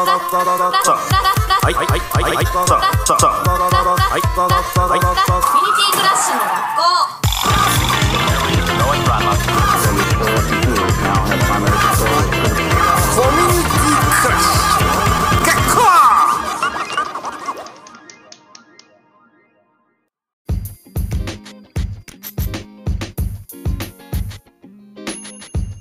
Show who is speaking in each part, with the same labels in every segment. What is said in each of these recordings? Speaker 1: ミニティク
Speaker 2: はいはいはいはいはいはい
Speaker 1: ラッシュの学校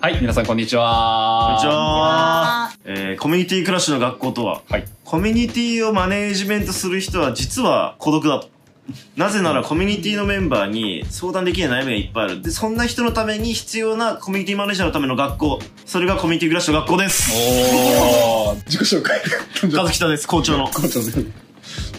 Speaker 3: はい、皆さんこんにちは。
Speaker 2: こんにちは
Speaker 1: こ
Speaker 2: えーコミュニティクラッシュの学校とは
Speaker 3: はい。
Speaker 2: コミュニティをマネージメントする人は実は孤独だとなぜならコミュニティのメンバーに相談できない悩みがいっぱいあるでそんな人のために必要なコミュニティマネージャーのための学校それがコミュニティクラッシュの学校です
Speaker 3: おー、自己紹介。
Speaker 2: 和北です校長の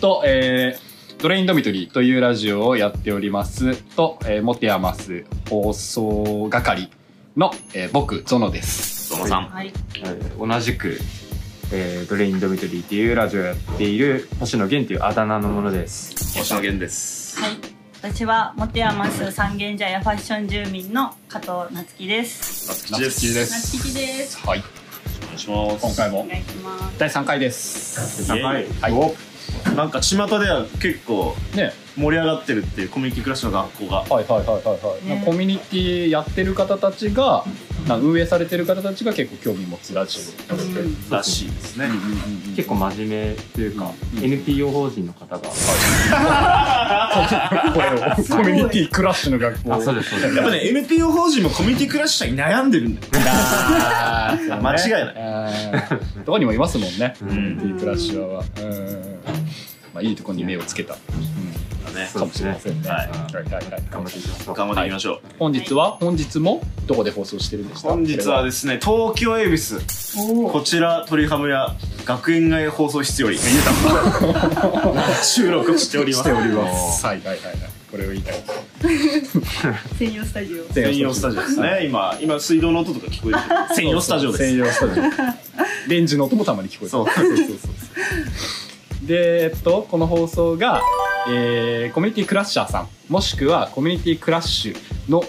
Speaker 3: と、えー、ドレインドミトリーというラジオをやっております。と、えー、モテアマス放送係の、えー、僕、ゾノです。
Speaker 2: どうもさん
Speaker 1: はい
Speaker 4: 同じく、えードレインドミトリーっていうラジオをやっている星野源っていうあだ名のものです
Speaker 2: 星野源です
Speaker 5: はい、私はモテアマス三軒茶屋ファッション住民の加藤夏樹です。
Speaker 2: 夏吉です
Speaker 3: 夏吉で
Speaker 5: 夏樹です。
Speaker 3: はい。
Speaker 2: お願いしま
Speaker 3: 今
Speaker 2: す
Speaker 3: 回
Speaker 5: お
Speaker 3: も
Speaker 5: 願いします。
Speaker 3: 第3回です。
Speaker 2: イエイ
Speaker 3: はい。
Speaker 2: なんか巷では結構
Speaker 3: ね、
Speaker 2: 盛り上がってるっていうコミュニティクラッシュの学校が
Speaker 3: はいはいはいはいはい。
Speaker 5: ね
Speaker 3: コミュニティやってる方たちが、なんか運営されてる方たちが結構興味持つラジオ。
Speaker 5: うん
Speaker 2: らしいですね
Speaker 4: 結構真面目というか、
Speaker 3: うん
Speaker 4: NPO 法人の方が、
Speaker 3: これをコミュニティクラッシュの学校
Speaker 4: あそ うですそうです
Speaker 2: やっぱね NPO 法人もコミュニティクラッシュに悩んでるんだよ
Speaker 3: あー
Speaker 2: 間違いない
Speaker 3: ないどこにもいますもんね
Speaker 4: う
Speaker 2: うん
Speaker 4: ん
Speaker 3: ティークラッシュアはうんまあいいとこに目をつけた
Speaker 2: ね
Speaker 3: かもしれませんね
Speaker 2: はい
Speaker 3: はいはいはい
Speaker 4: 頑張っていきましょう
Speaker 2: 頑張っていきましょう
Speaker 3: 本日は本日もどこで放送してるんでした
Speaker 2: 本日はですね東京恵比寿こちら鳥ハムや学園外放送室より収録をしております
Speaker 3: しておりますはいはいはいはいこれを言いたい
Speaker 5: 専用スタジオ。
Speaker 2: 専用スタジオですね今今水道の音とか聞こえてる専用スタジオです
Speaker 3: 専用スタジオ レンジの音もたまに聞こえる
Speaker 2: そう
Speaker 3: そうそうそうそう で、えっと、この放送が、えーコミュニティクラッシャーさんもしくはコミュニティクラッシュの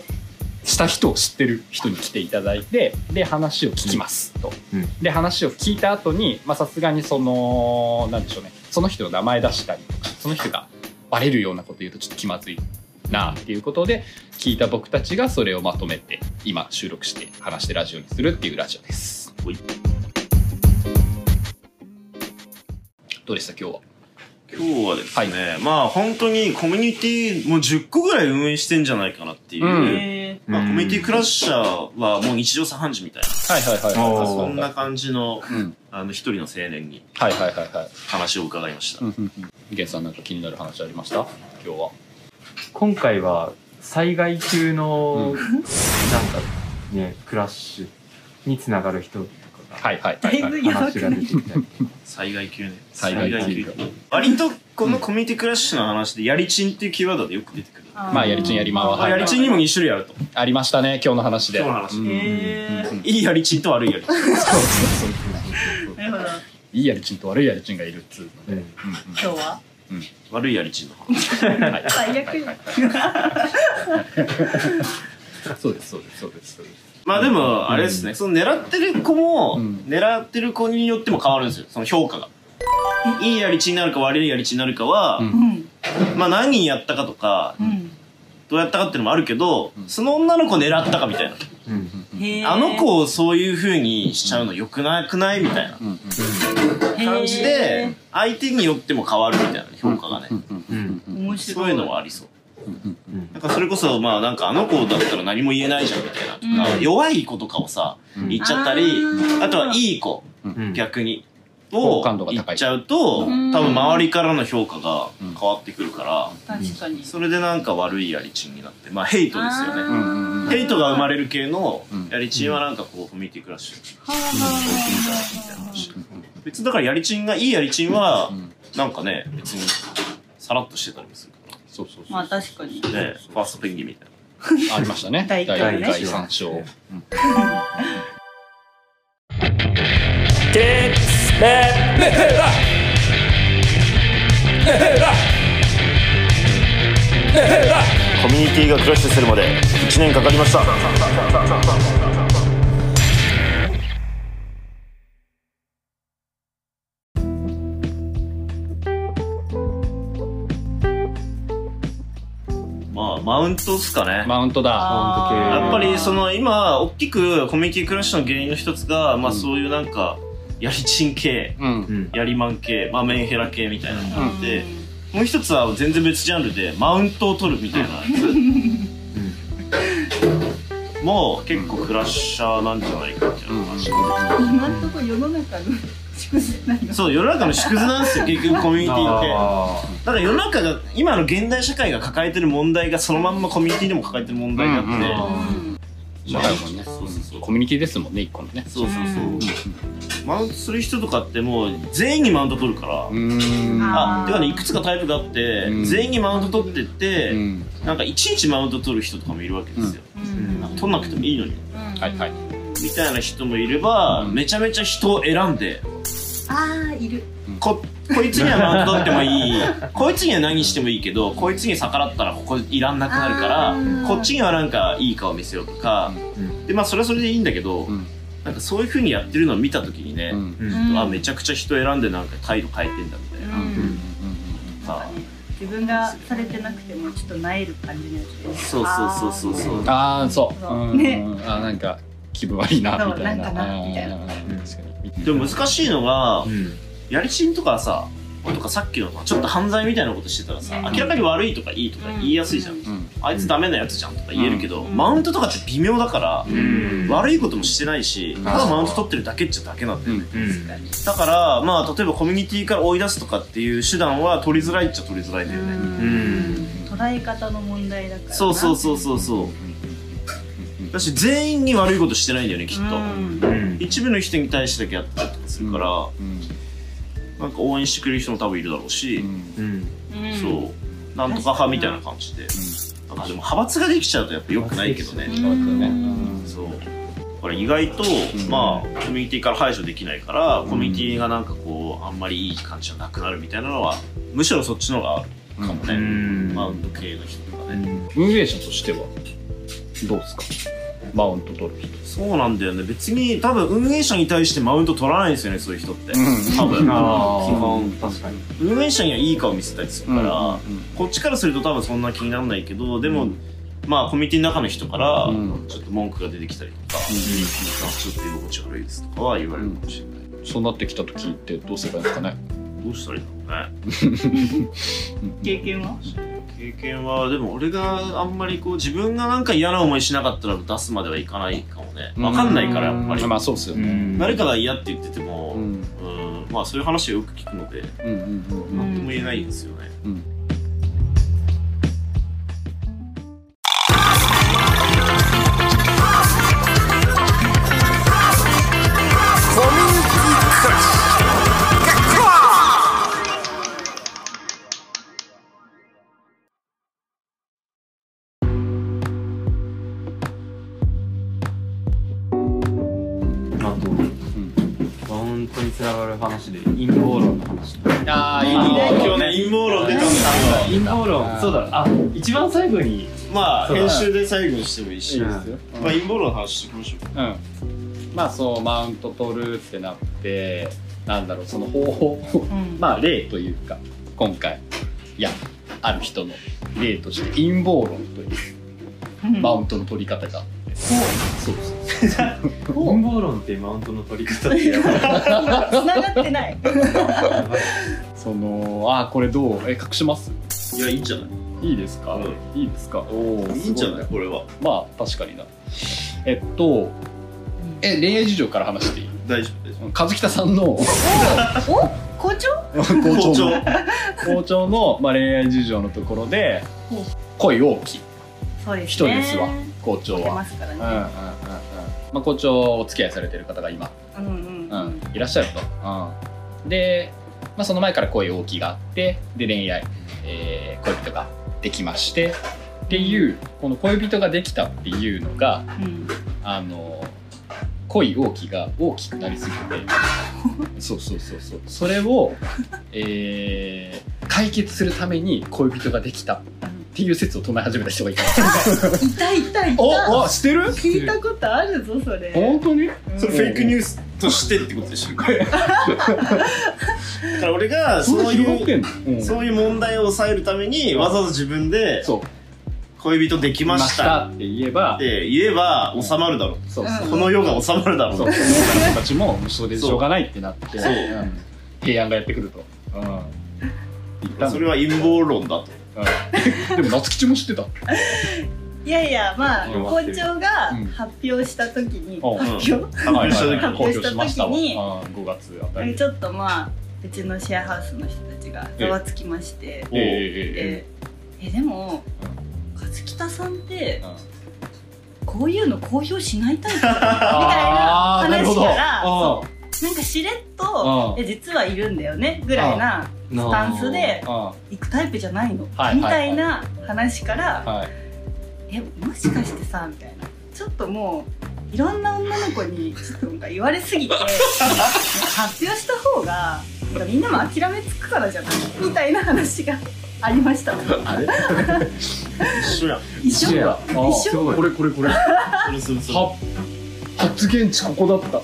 Speaker 3: した人を知ってる人に来ていただいてで話を聞きますと、
Speaker 4: うん
Speaker 3: で話を聞いた後にまあさすがにそのなんでしょうねその人の名前出したりとかその人がバレるようなこと言うとちょっと気まずいなあっていうことで聞いた僕たちがそれをまとめて今収録して話してラジオにするっていうラジオです
Speaker 2: ほい
Speaker 3: どうでした今日は
Speaker 2: 今日はですね、まあ本当にコミュニティもう10個ぐらい運営してんじゃないかなっていう、
Speaker 3: うん
Speaker 5: え
Speaker 2: まあ、
Speaker 4: うん
Speaker 2: コミュニティクラッシャーはもう日常茶飯事みたいな
Speaker 3: はいはいはいはい
Speaker 4: おー
Speaker 2: そんな感じの
Speaker 3: うん
Speaker 2: あの一人の青年に
Speaker 3: はいはいはいはい
Speaker 2: 話を伺いました、
Speaker 3: 源さんなんか気になる話ありました今日は
Speaker 4: 今回は災害級の、なんかねクラッシュにつながる人とか
Speaker 3: はいはい
Speaker 5: ー、だ
Speaker 3: はい
Speaker 5: い
Speaker 3: はい
Speaker 5: ぶ
Speaker 3: はい
Speaker 5: や
Speaker 4: が
Speaker 5: ば
Speaker 4: 話
Speaker 5: く
Speaker 4: が
Speaker 5: な
Speaker 4: 出
Speaker 5: い。
Speaker 4: てきたり
Speaker 2: 災害級ね
Speaker 3: 災害級
Speaker 2: 割とこのコミュニティクラッシュの話でやりちんっていうキーワードでよく出てくる、
Speaker 3: まあやりちんやりまんは
Speaker 2: あ
Speaker 3: はい
Speaker 2: やりちんにも2種類あると
Speaker 3: ありましたね今日の話で
Speaker 2: 今日の話
Speaker 3: うん
Speaker 5: えー
Speaker 2: いいやりちんと悪いやりちん
Speaker 3: そうそうそう
Speaker 5: なるほど。
Speaker 3: いいやりちんと悪いやりちんがいるっつうので、
Speaker 4: うん
Speaker 3: うん
Speaker 5: 今日は
Speaker 2: 悪いやりちんの話
Speaker 3: うんはい
Speaker 5: 最悪。
Speaker 3: そうですそうですそうですそうです
Speaker 2: まあでもあれですね、その狙ってる子も、
Speaker 3: うん
Speaker 2: 狙ってる子によっても変わるんですよその評価がいいやりちんになるか悪いやりちんになるかは、
Speaker 3: うん
Speaker 5: うん
Speaker 2: まあ何人やったかとか
Speaker 5: うん。
Speaker 2: どうやったかっていうのもあるけど、その女の子狙ったかみたいな
Speaker 4: うん
Speaker 5: へー
Speaker 2: あの子をそういう風にしちゃうの良くなくないみたいな
Speaker 3: うんうん
Speaker 2: 感じ
Speaker 5: へ
Speaker 2: で、相手によっても変わるみたいなね評価がね。
Speaker 4: うん
Speaker 5: ー面白
Speaker 2: そういうのはありそう。
Speaker 4: うん
Speaker 2: なんかそれこそ、まあなんかあの子だったら何も言えないじゃんみたいなとか、
Speaker 5: うん
Speaker 2: 弱い子とかをさ、
Speaker 4: うん
Speaker 2: 言っちゃったり
Speaker 5: あ、ー
Speaker 2: あとはいい子、
Speaker 4: うん
Speaker 2: 逆に。
Speaker 3: 好
Speaker 2: を
Speaker 3: 感度が高
Speaker 2: 言っ
Speaker 3: い
Speaker 2: ちゃうと、多
Speaker 5: ん
Speaker 2: 分周りからの評価が変わってくるから、
Speaker 5: 確かに。
Speaker 2: それでなんか悪いやりちんになって、まあヘイトですよね。
Speaker 5: あー
Speaker 2: ヘイトが生まれる系の
Speaker 3: うん
Speaker 2: やりちんはなんかこう、コミュニティクラッシュ。
Speaker 5: はあはあはあは
Speaker 2: 別にだからやりちんがいいやりちんは
Speaker 3: うん
Speaker 2: なんかね別にさらっとしてたりもするか
Speaker 3: そうそうそう、
Speaker 5: あまあ確かに。
Speaker 2: らねファーストペンギンみたいな
Speaker 3: ありましたね
Speaker 5: 第一回ね
Speaker 3: 第一三章
Speaker 2: コミュニティがクラッシュするまで1年かかりましたはマウントっすかね。
Speaker 3: マウントだ。
Speaker 4: あー
Speaker 2: やっぱりその今、大きくコミュニティクラッシュの原因の一つが、まあ
Speaker 3: うん
Speaker 2: そういうなんか、やりちん系、
Speaker 3: うん。
Speaker 4: うん。
Speaker 2: やりまん系、まあメンヘラ系みたいなのがあって
Speaker 5: う、ん
Speaker 2: もう一つは全然別ジャンルで、マウントを取るみたいなやつもう結構クラッシャーなんじゃないかみたいな話。
Speaker 6: 今んとこ世の中の縮図ないの
Speaker 2: そう、世の中の縮図なんですよ、結局コミュニティって。
Speaker 4: あ
Speaker 2: だから世の中が今の現代社会が抱えてる問題がそのまんまコミュニティでも抱えてる問題があって、
Speaker 3: うんうんうん社会もね、
Speaker 2: そうそうそう
Speaker 3: コミュニティですもんね、一個のね。
Speaker 2: そうそうそうマウントする人とかってもう全員にマウント取るから、
Speaker 3: うーん。
Speaker 5: あ
Speaker 2: あてかねいくつかタイプがあって、
Speaker 3: うん
Speaker 2: 全員にマウント取ってって、
Speaker 3: うん。
Speaker 2: なんかいちいちマウント取る人とかもいるわけですよ、
Speaker 4: ん
Speaker 2: なんか取んなくてもいいのに
Speaker 3: はいはい。
Speaker 2: みたいな人もいれば、
Speaker 3: うん
Speaker 2: めちゃめちゃ人を選んで
Speaker 6: ああいる
Speaker 2: ここいつにはマウント取ってもいいこいつには何してもいいけどこいつに逆らったらここいらんなくなるから
Speaker 6: あー
Speaker 2: こっちにはなんかいい顔見せようとか、
Speaker 4: うん
Speaker 2: でまあそれはそれでいいんだけど、
Speaker 3: うん。
Speaker 2: なんかそういうふうにやってるのを見た時にね
Speaker 3: う、ん。
Speaker 4: ー。うん。
Speaker 5: うん
Speaker 2: あめちゃくちゃ人選んでなんか態度変えてんだみたいな、
Speaker 5: うん
Speaker 2: さ
Speaker 5: 自分がされてなくてもちょっとなえる感じのやつで
Speaker 2: そうそうそうそうそう
Speaker 3: ああ、そう。うん
Speaker 5: ね
Speaker 3: あーなんか、気分悪いな、みたいな。
Speaker 6: そうなんかなみたいな
Speaker 3: あー確かに。
Speaker 2: でも難しいのが、
Speaker 4: うん。
Speaker 2: やりちんとかさとかさっきのちょっと犯罪みたいなことしてたらさ、
Speaker 5: うん
Speaker 2: 明らかに悪いとかいいとか言いやすいじゃん、
Speaker 3: うん。
Speaker 2: あいつダメなやつじゃんとか言えるけど、
Speaker 5: うん
Speaker 2: マウントとかって微妙だから、
Speaker 4: うん
Speaker 2: 悪いこともしてないし、ただマウント取ってるだけっちゃだけなんだよね、
Speaker 4: うん。
Speaker 2: だからまあ例えばコミュニティから追い出すとかっていう手段は取りづらいっちゃ取りづらいんだよね、
Speaker 4: うん。
Speaker 5: 捉え方の問題だからな
Speaker 2: そうそうそうそうそうだし全員に悪いことしてないんだよねきっと、
Speaker 5: うん
Speaker 4: うん。
Speaker 2: 一部の人に対してだけやってたりとかするから、
Speaker 3: うん。
Speaker 2: なんか応援してくれる人も多分いるだろう
Speaker 3: う
Speaker 2: し、
Speaker 3: ん。
Speaker 4: うん。
Speaker 5: うん
Speaker 2: そうなんとか派みたいな感じで、なんかでも派閥ができちゃうとやっぱ良くないけどね、
Speaker 5: うん
Speaker 3: ね
Speaker 2: そうこれ意外と、
Speaker 3: ん
Speaker 2: まあコミュニティから排除できないから、コミュニティがなんかこうあんまりいい感じじゃなくなるみたいなのはむしろそっちの方があるかもね、
Speaker 4: うん
Speaker 2: マウント系の人とかね、
Speaker 3: 運営者としては、どうですかマウント取る人。
Speaker 2: そうなんだよね別に多分運営者に対してマウント取らないんですよねそういう人って、
Speaker 3: うん
Speaker 2: 多 分
Speaker 4: あ
Speaker 2: 基本
Speaker 4: あ。確かに。
Speaker 2: 運営者にはいい顔見せたりするから、こっちからすると多分そんな気にならないけどでも、
Speaker 3: うん
Speaker 2: まあコミュニティの中の人から
Speaker 3: うん
Speaker 2: ちょっと文句が出てきたりとか、ちょっと居心地悪いですとかは言われるかもしれない、
Speaker 3: そうなってきた時ってどうすればいいんですかね
Speaker 2: どうしたらいいんだろうね
Speaker 5: 経験は
Speaker 2: 経験はでも俺があんまりこう自分がなんか嫌な思いしなかったら出すまではいかないかもね分かんないからやっぱり、
Speaker 3: まあそうっすよね。
Speaker 2: 誰かが嫌って言ってても、
Speaker 3: う
Speaker 2: うん
Speaker 3: ん
Speaker 2: まあそういう話をよく聞くので
Speaker 3: うんうんうんうん
Speaker 2: 何とも言えないんですよね、
Speaker 4: あと、マウントにつながる話で、陰謀論の話。
Speaker 3: ああ、いい
Speaker 2: 今日ね陰謀論出たんだけ
Speaker 4: 陰謀論、そうだ、あ、一番最後に。
Speaker 2: どまあ
Speaker 4: そうだ
Speaker 2: 編集で最後にしてもいいし、
Speaker 4: うん
Speaker 2: まあ陰謀論の話していきましょう
Speaker 3: うん。まあそう、マウント取るってなって、なんだろう、その方法を、
Speaker 5: ん
Speaker 3: まあ例というか、今回、いや、ある人の例として陰謀論というマウントの取り方があって。そうそう。
Speaker 4: 陰謀 論ってマウントの取り方ってやばい。
Speaker 5: 繋がってない
Speaker 3: その、ああ、これどうえ、隠します
Speaker 2: いやいいんじゃない
Speaker 3: いいですか、
Speaker 2: う
Speaker 3: いいですかおお
Speaker 2: いいんじゃないこれは
Speaker 3: まあ確かになえっとえ恋愛事情から話していい
Speaker 2: 大丈夫大丈
Speaker 3: 和北さ んの
Speaker 5: 校長
Speaker 2: 夫
Speaker 3: 校
Speaker 2: 校
Speaker 3: 長
Speaker 2: 長
Speaker 3: の校長の、まあ、恋愛事情のところで
Speaker 5: ほう
Speaker 3: 恋多き
Speaker 5: そうです
Speaker 3: 人
Speaker 5: ね
Speaker 3: ですわ校長
Speaker 5: 出てま
Speaker 3: は
Speaker 5: すから
Speaker 3: うんうんうんうん
Speaker 5: ね
Speaker 3: まあ、校長お付き合いされてる方が今、
Speaker 5: うんうん
Speaker 3: う
Speaker 5: うんん、
Speaker 3: いらっしゃると、うん、で、まあ、その前から恋大きがあってで恋愛、えー恋人ができましてっていうこの恋人ができたっていうのが
Speaker 5: うん
Speaker 3: あの恋大きが大きくなりすぎてそうそうそうそうそれを、えー解決するために恋人ができたっていう説を唱え始めた人がいた
Speaker 6: いたいたいた
Speaker 3: おおしてる
Speaker 6: 聞いたことあるぞそれ
Speaker 3: 本当に
Speaker 2: それフェイクニュースとしてってことでしょ だから俺がそう
Speaker 3: 広がって
Speaker 2: いうん
Speaker 3: の、うん
Speaker 2: そういう問題を抑えるためにわざわざ自分で
Speaker 3: そう
Speaker 2: 恋人できましたっ
Speaker 3: って言えば、
Speaker 2: て言えば収まるだろ
Speaker 3: そうそう
Speaker 2: うこの世が収まるだろ
Speaker 3: そう
Speaker 2: う
Speaker 3: その人たちももうそれでしょうがないってなって、うん平安がやってくると。うん言ったの
Speaker 2: それは陰謀論だと
Speaker 3: うんでも夏吉も知ってた。
Speaker 5: いやいやまあ
Speaker 4: うん
Speaker 5: 校長が
Speaker 3: うん
Speaker 5: 発表した時に、
Speaker 3: うん
Speaker 5: 発表
Speaker 2: 発表した時
Speaker 5: はい
Speaker 2: に
Speaker 3: 公表しましたわ。
Speaker 5: 発表した
Speaker 3: 5月あたり。
Speaker 5: ちょっとまあうちのシェアハウスの人たちがざわつきまして、
Speaker 3: えええええ
Speaker 5: ええでも和北さんって
Speaker 3: えうん
Speaker 5: こういうの公表しないタ イプだ
Speaker 3: あー
Speaker 5: み
Speaker 3: な
Speaker 5: たいな話
Speaker 3: るほど
Speaker 5: から
Speaker 3: うん
Speaker 5: なんかしれっ
Speaker 3: あ
Speaker 5: と
Speaker 3: あ
Speaker 5: 「え実はいるんだよね」ぐらいなス
Speaker 4: な
Speaker 5: タンスで
Speaker 3: あ
Speaker 5: 行くタイプじゃないの、
Speaker 3: はい
Speaker 5: み
Speaker 3: はい
Speaker 5: た
Speaker 3: はい
Speaker 5: いな話から
Speaker 3: あはい
Speaker 5: 「えもしかしてさ」みたいなちょっともういろんな女の子にちょっとなんか言われす ぎて発表した方がなんかみんなも諦めつくからじゃないみたいな話がありました
Speaker 3: あれ
Speaker 2: 一緒やん
Speaker 5: 一緒
Speaker 3: やあ
Speaker 5: 一緒
Speaker 3: すごいこれこれこれ
Speaker 2: それそれそれ
Speaker 3: は発言地ここだっ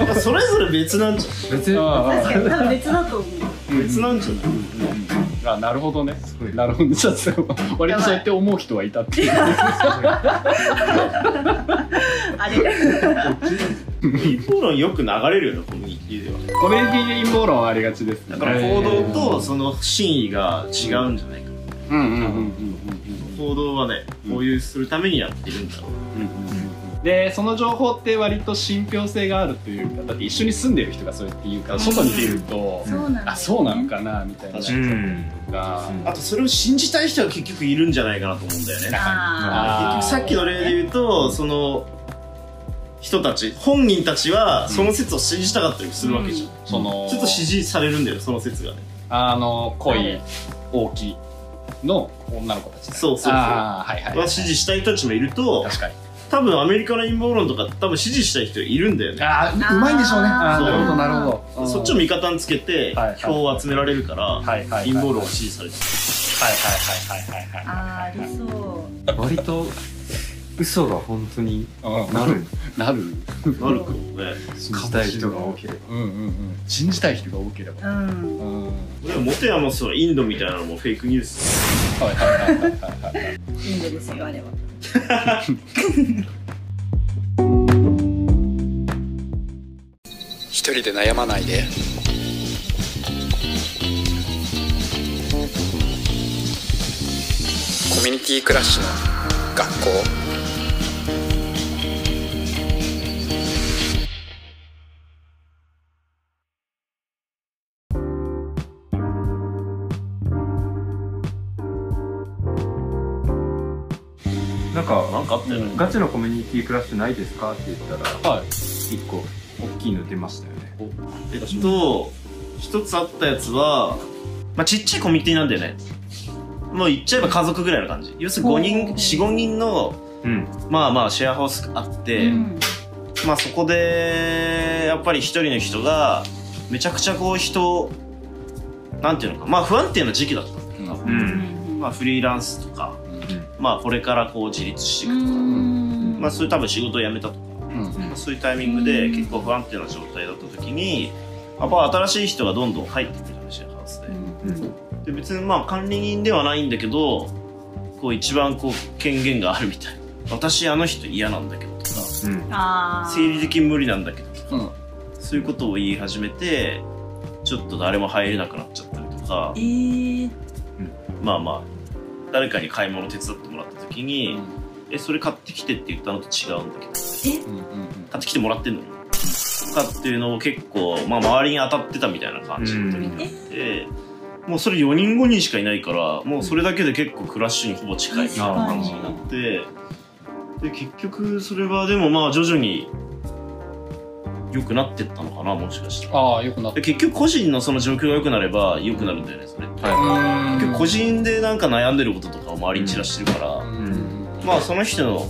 Speaker 3: た
Speaker 2: いやそれぞれ別なんじ
Speaker 4: 別に
Speaker 5: 確
Speaker 3: あ
Speaker 5: かに多分別だと思う
Speaker 2: ゃ別なんじゃない
Speaker 3: あなるほどね
Speaker 4: すごい
Speaker 3: なるほどちょっと割とそうやって思う人はいた っていう
Speaker 5: あれ
Speaker 2: 陰謀論よく流れるよなコミュニティでは
Speaker 3: コミュニティで陰謀論ありがちです
Speaker 2: だ
Speaker 3: ね
Speaker 2: から報道とその真意が違うんじゃないか
Speaker 3: うんうんうんうん
Speaker 2: 報道はね
Speaker 3: うん
Speaker 2: こういうするためにやってるんだろう
Speaker 3: うんうんでその情報って割と信憑性があるというかだって一緒に住んでる人がそうやって言うから外に出ると
Speaker 5: そうなんだよね
Speaker 3: あそうなのかなみたいな
Speaker 2: 確
Speaker 4: うん
Speaker 3: が
Speaker 2: あとそれを信じたい人は結局いるんじゃないかなと思うんだよね
Speaker 3: あー
Speaker 5: あ
Speaker 2: 結局さっきの例で言うとその人たち本人たちはその説を信じたかったりするわけじゃん、
Speaker 3: その
Speaker 2: ちょっと支持されるんだよその説がね
Speaker 3: あの濃い大きいの女の子たちだ
Speaker 2: そうそうそう
Speaker 3: あーはいはい、は、
Speaker 2: はい支持したい人たちもいると
Speaker 3: 確かに
Speaker 2: 多分アメリカの陰謀論とか多分支持したい人いるんだよね
Speaker 3: あーううまいんでしょうねあー
Speaker 2: そう
Speaker 3: なるほどなるほど
Speaker 2: そっちを味方につけて
Speaker 3: はいはい
Speaker 2: 票を集められるから
Speaker 3: はいはいはい
Speaker 2: 陰謀論を支持されてる
Speaker 3: はいはいはいはいはいはい
Speaker 5: あありそう
Speaker 4: 割と嘘が本当に
Speaker 3: うん
Speaker 4: なる
Speaker 3: なる
Speaker 2: なるかもね
Speaker 4: 信じたい人が多ければ
Speaker 3: うんうんうん信じたい人が多ければ
Speaker 5: うん
Speaker 3: うんはい
Speaker 2: でも元山さんはインドみたいなのもフェイクニュース
Speaker 3: はいはいはいはいはい
Speaker 5: インドですよあれは
Speaker 7: 一人で悩まないでコミュニティクラッシュの学校
Speaker 4: なんか
Speaker 2: なんかあったよね、
Speaker 4: ガチのコミュニティクラッシュないですかって言ったら
Speaker 3: はい
Speaker 4: 一個大きいの出ましたよね
Speaker 2: えっと一つあったやつは、まあ、ちっちゃいコミュニティなんだよねもう言っちゃえば家族ぐらいの感じ要するに5人45人の
Speaker 4: うん
Speaker 2: まあまあシェアハウスがあって、まあそこでやっぱり一人の人がめちゃくちゃこう人なんていうのかまあ不安定な時期だった、
Speaker 4: う
Speaker 5: うん
Speaker 2: まあ、フリーランスとか、まあこれからこう自立していくとか、
Speaker 5: ん
Speaker 2: まあそういう多分仕事を辞めたとか
Speaker 3: うん
Speaker 2: そういうタイミングで結構不安定な状態だった時にやっぱ新しい人がどんどん入ってくるシェアハウスで。
Speaker 4: うん
Speaker 2: で別にまあ管理人ではないんだけどこう一番こう権限があるみたいな私あの人嫌なんだけどとか
Speaker 4: うん
Speaker 5: ああ
Speaker 2: 生理的に無理なんだけど
Speaker 3: うん
Speaker 2: そういうことを言い始めてちょっと誰も入れなくなっちゃったりとか
Speaker 5: えー、
Speaker 2: まあまあ誰かに買い物手伝ってもらった時に「えそれ買ってきて」って言ったのと違うんだけど
Speaker 3: うんうんうん
Speaker 2: 買ってきてもらってんのとかっていうのを結構、まあ、周りに当たってたみたいな感じの時になって、もうそれ4人5人しかいないからもうそれだけで結構クラッシュにほぼ近いみたいな感じになってで結局それはでもまあ徐々に良くなってったのかなもしかしたら。
Speaker 3: ああよくなっ
Speaker 2: で結局個人のその状況が良くなれば良くなるんだよねそれって。
Speaker 3: たうん
Speaker 2: 結局個人でなんか悩んでることとかを周りに散らしてるから、
Speaker 3: うん
Speaker 2: まあその人の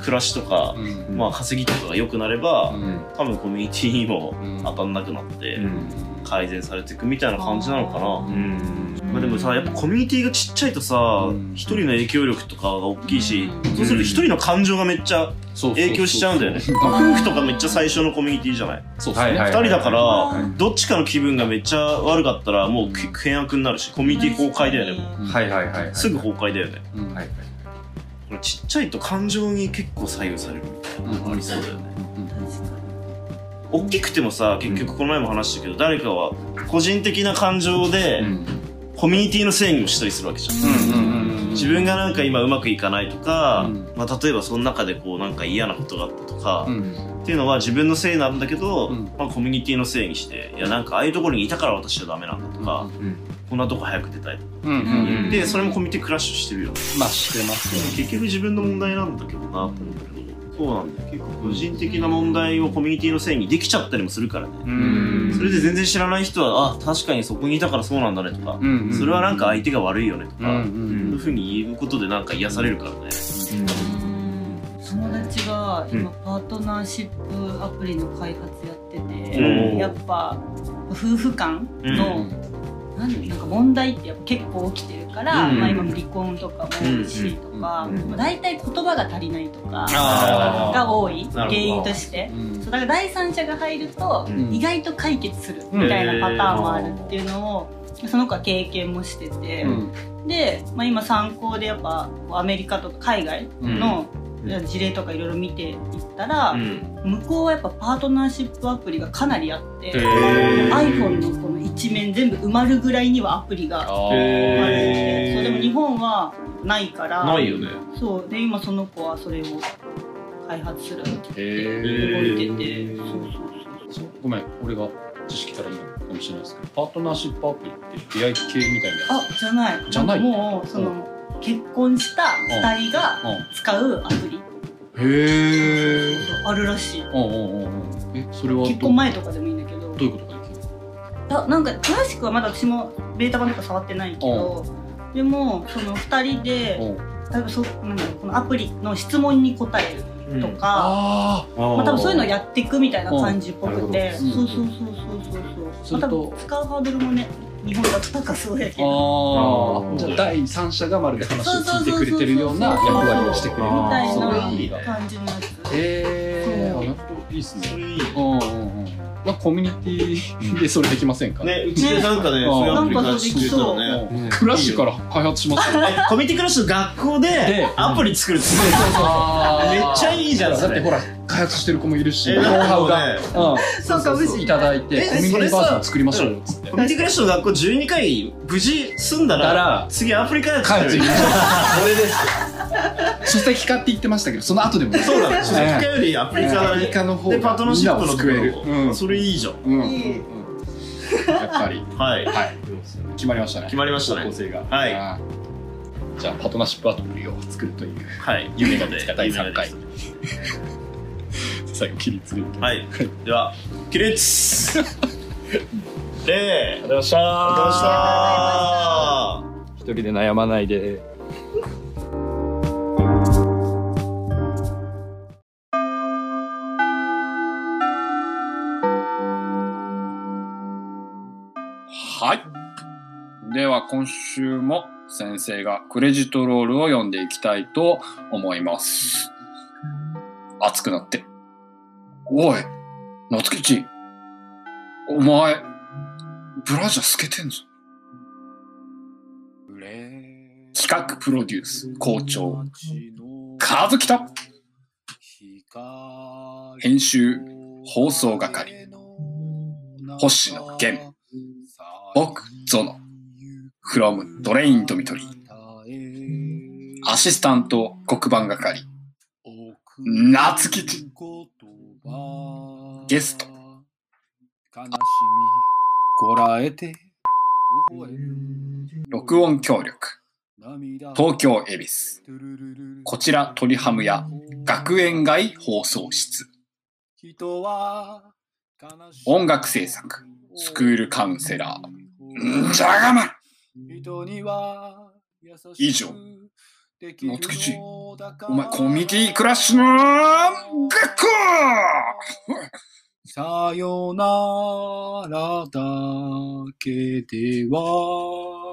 Speaker 2: 暮らしとか
Speaker 3: う、ん
Speaker 2: まあ稼ぎとかが良くなれば、
Speaker 3: うん
Speaker 2: 多分コミュニティにも
Speaker 3: うん
Speaker 2: 当たんなくなって
Speaker 4: うん
Speaker 2: 改善されていくみたいな感じなのかな、
Speaker 4: うん
Speaker 2: まあ、でもさやっぱコミュニティがちっちゃいとさ
Speaker 3: うん
Speaker 2: 一、人の影響力とかが大きいし、
Speaker 4: ん
Speaker 2: そうすると一人の感情がめっちゃ
Speaker 3: そうそうそう
Speaker 2: 影響しちゃうんだよね夫婦とかめっちゃ最初のコミュニティじゃない
Speaker 3: そうです
Speaker 4: は
Speaker 3: ね
Speaker 4: い
Speaker 2: 二
Speaker 4: はい
Speaker 2: 人だから
Speaker 4: うん
Speaker 2: どっちかの気分がめっちゃ悪かったらもうけ険悪になるしコミュニティ崩壊だよねもう
Speaker 4: はいはいはいはい
Speaker 2: すぐ崩壊だよね
Speaker 3: うん
Speaker 4: はいはい
Speaker 2: ちっちゃいと感情に結構左右されるみたいなのがありそうだよね、大きくてもさ結局この前も話したけど、誰かは個人的な感情で、コミュニティのせいにもしたりするわけじゃん、自分がなんか今うまくいかないとか、
Speaker 3: うん
Speaker 2: まあ、例えばその中でこうなんか嫌なことがあったとか、
Speaker 3: うん
Speaker 2: っていうのは自分のせいなんだけど、
Speaker 3: うん
Speaker 2: まあ、コミュニティのせいにしていやなんかああいうところにいたから私はダメなんだとか、
Speaker 4: うん
Speaker 2: こんなとこ早く出たいとか、
Speaker 3: うんうんうん
Speaker 2: でそれもコミュニティクラッシュしてるよね
Speaker 3: まあしてます
Speaker 2: でも結局自分の問題なんだけどなと思うけどそうなんだよ結構個人的な問題をコミュニティのせいにできちゃったりもするからね、
Speaker 3: ん
Speaker 2: それで全然知らない人はあ確かにそこにいたからそうなんだねとか、
Speaker 3: うんうん
Speaker 2: それはなんか相手が悪いよねと
Speaker 3: うんう
Speaker 2: か、そういうんふうに言うことでなんか癒されるからね、
Speaker 5: 友達が今パートナーシップアプリの開発やってて、
Speaker 2: うん
Speaker 5: やっぱ夫婦間の、なんなんか問題ってやっぱ結構起きてるから、
Speaker 2: うん
Speaker 5: まあ、今も離婚とかも多いしとか、
Speaker 4: うんうん
Speaker 5: まあ大体言葉が足りないとか
Speaker 2: あ
Speaker 5: が多い
Speaker 2: なるほど
Speaker 5: 原因として
Speaker 3: うん
Speaker 5: そうだから第三者が入ると
Speaker 2: うん
Speaker 5: 意外と解決するみたいなパターンもあるっていうのをその子は経験もしてて、で、まあ、今参考でやっぱこうアメリカとか海外の
Speaker 4: うん
Speaker 5: 事例とかいろいろ見ていったら、
Speaker 2: うん
Speaker 5: 向こうはやっぱパートナーシップアプリがかなりあって、
Speaker 2: へー
Speaker 5: iPhone のこの一面全部埋まるぐらいにはアプリが
Speaker 3: あ
Speaker 5: 埋まるん
Speaker 2: へ
Speaker 3: ー
Speaker 5: で、そうでも日本はないから
Speaker 2: ないよね
Speaker 5: そうで今その子はそれを開発する動いてて、そうそうそうそう
Speaker 3: ごめん俺が知識足らないかもしれないですけどパートナーシップアプリって出会い系みたいなや
Speaker 5: あじゃない
Speaker 3: じゃない
Speaker 5: もうその結婚した二人が使うアプリ
Speaker 3: つへえ
Speaker 5: あるらしい
Speaker 3: うんうんうんうんえそれはど
Speaker 5: 結婚前とかでもいいんだけど
Speaker 3: どういうことができる
Speaker 5: だなんか詳しくはまだ私もベータ版とか触ってないけどでもその2人で
Speaker 3: の
Speaker 5: 例えばそなんだろうこのアプリの質問に答えるとか、
Speaker 3: あ
Speaker 5: ま
Speaker 4: ま
Speaker 5: あ、多分そういうのをやっていくみたいな感じっぽくて
Speaker 4: うん
Speaker 3: なるほ
Speaker 5: そう
Speaker 3: ど
Speaker 5: そうそうそう
Speaker 3: する
Speaker 5: そうそうま
Speaker 3: と
Speaker 5: あ多分使うハードルもね日本だと高そうやけ
Speaker 3: ー
Speaker 5: ど
Speaker 3: あ
Speaker 4: あ
Speaker 3: ー
Speaker 4: ー
Speaker 3: じゃあ第三者がまるで話を聞いてくれてるような役割をしてくれる
Speaker 5: みたい
Speaker 3: それ
Speaker 5: ない
Speaker 3: いな
Speaker 5: 感じのやつ
Speaker 3: へえ
Speaker 5: そう
Speaker 3: なるほどいいっすね
Speaker 2: それいい
Speaker 3: うんうんうんなんかコミュニティでそれできませんか
Speaker 2: ねうちでなんかね
Speaker 3: ね
Speaker 2: そういうアプリ
Speaker 5: な
Speaker 2: 開
Speaker 5: んか
Speaker 2: 発してくれた
Speaker 5: そう
Speaker 2: らね
Speaker 3: うんクラッシュから開発しますよね
Speaker 2: コミュニティクラッシュの学校で
Speaker 3: で
Speaker 2: アプリ作るってめっちゃいいじゃん
Speaker 3: だ
Speaker 2: そ
Speaker 3: っ
Speaker 2: れ
Speaker 3: てほら開発してる子もいるし
Speaker 2: え
Speaker 3: ノウ
Speaker 2: なんか
Speaker 3: ハ
Speaker 2: も
Speaker 3: ウ
Speaker 2: う
Speaker 3: が
Speaker 2: ね
Speaker 3: う
Speaker 6: そうかもし
Speaker 3: ん
Speaker 6: れ
Speaker 3: い
Speaker 6: な
Speaker 3: た
Speaker 6: い
Speaker 3: だいて
Speaker 2: え
Speaker 3: コミュニティバージョン作りましょうよっつって
Speaker 2: コミュニティクラッシュの学校12回無事済んだ
Speaker 3: だからら
Speaker 2: 次アプリ開発
Speaker 3: 開
Speaker 2: す
Speaker 3: 発
Speaker 2: る
Speaker 3: 行き
Speaker 2: よ
Speaker 3: ましょ
Speaker 2: それです
Speaker 3: う書籍化って言ってましたけどその 後でもね
Speaker 2: そうだね書籍化
Speaker 3: ええ
Speaker 2: よりアプリ化
Speaker 3: ア
Speaker 2: だ
Speaker 3: プリ
Speaker 2: ね
Speaker 3: 化の方
Speaker 2: でパートナーシップのとこ
Speaker 3: 救えるう
Speaker 2: ろ
Speaker 3: ん
Speaker 2: それいいじゃん
Speaker 3: うん
Speaker 6: いい
Speaker 3: やっぱり
Speaker 2: はい
Speaker 3: はい決まりましたね
Speaker 2: 決まりましたね
Speaker 3: 方向性が
Speaker 2: はい
Speaker 3: あーじゃあパートナーシップアプリを作るという
Speaker 2: はい
Speaker 3: 夢
Speaker 2: 夢
Speaker 3: が
Speaker 2: が
Speaker 3: 出
Speaker 2: 出
Speaker 3: た
Speaker 2: た
Speaker 3: 第3回
Speaker 2: 夢
Speaker 3: 最後切りつける
Speaker 2: はいでは起 立で
Speaker 3: がとうございました
Speaker 2: ありがとうございました
Speaker 3: 一人で悩まないではいでは今週も先生がクレジットロールを読んでいきたいと思います熱くなっておい夏吉お前ブラジャー透けてんぞ企画プロデュース校長和樹と編集放送係星野源僕ゾノ from ドレインドミトリーアシスタント黒板係夏吉ゲスト録音協力東京恵比寿こちら鳥ハムや学園街放送室音楽制作スクールカウンセラーんじゃがま以上野月地お前コミュニティクラッシュの学校
Speaker 8: さよならだけでは